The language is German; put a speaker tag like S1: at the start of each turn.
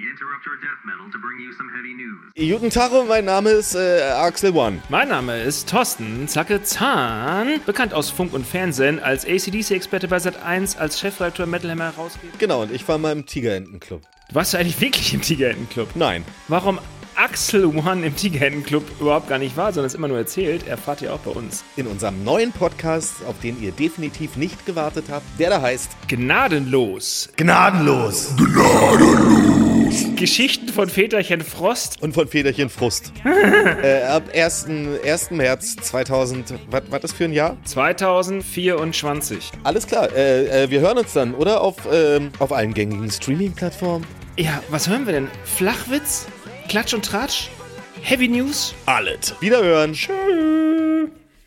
S1: interrupt your death metal to bring you some heavy news.
S2: Guten Tag, mein Name ist äh, Axel One.
S3: Mein Name ist Thorsten Zacke Zahn, bekannt aus Funk und Fernsehen, als ACDC-Experte bei Sat1, als Chefredakteur Metal Hammer herausgeber.
S2: Genau, und ich war mal im Tigerentenclub.
S3: Warst du eigentlich wirklich im Tigerentenclub?
S2: Nein.
S3: Warum Axel One im Tigerentenclub überhaupt gar nicht war, sondern es immer nur erzählt, erfahrt ihr auch bei uns.
S2: In unserem neuen Podcast, auf den ihr definitiv nicht gewartet habt, der da heißt
S3: Gnadenlos.
S2: Gnadenlos
S3: Geschichten von Väterchen Frost.
S2: und von Federchen Frust. äh, ab 1. 1. März 2000, was war das für ein Jahr?
S3: 2024.
S2: Alles klar, äh, äh, wir hören uns dann, oder? Auf, ähm, auf allen gängigen Streaming-Plattformen.
S3: Ja, was hören wir denn? Flachwitz? Klatsch und Tratsch? Heavy News?
S2: Alles. Wiederhören. Tschüss.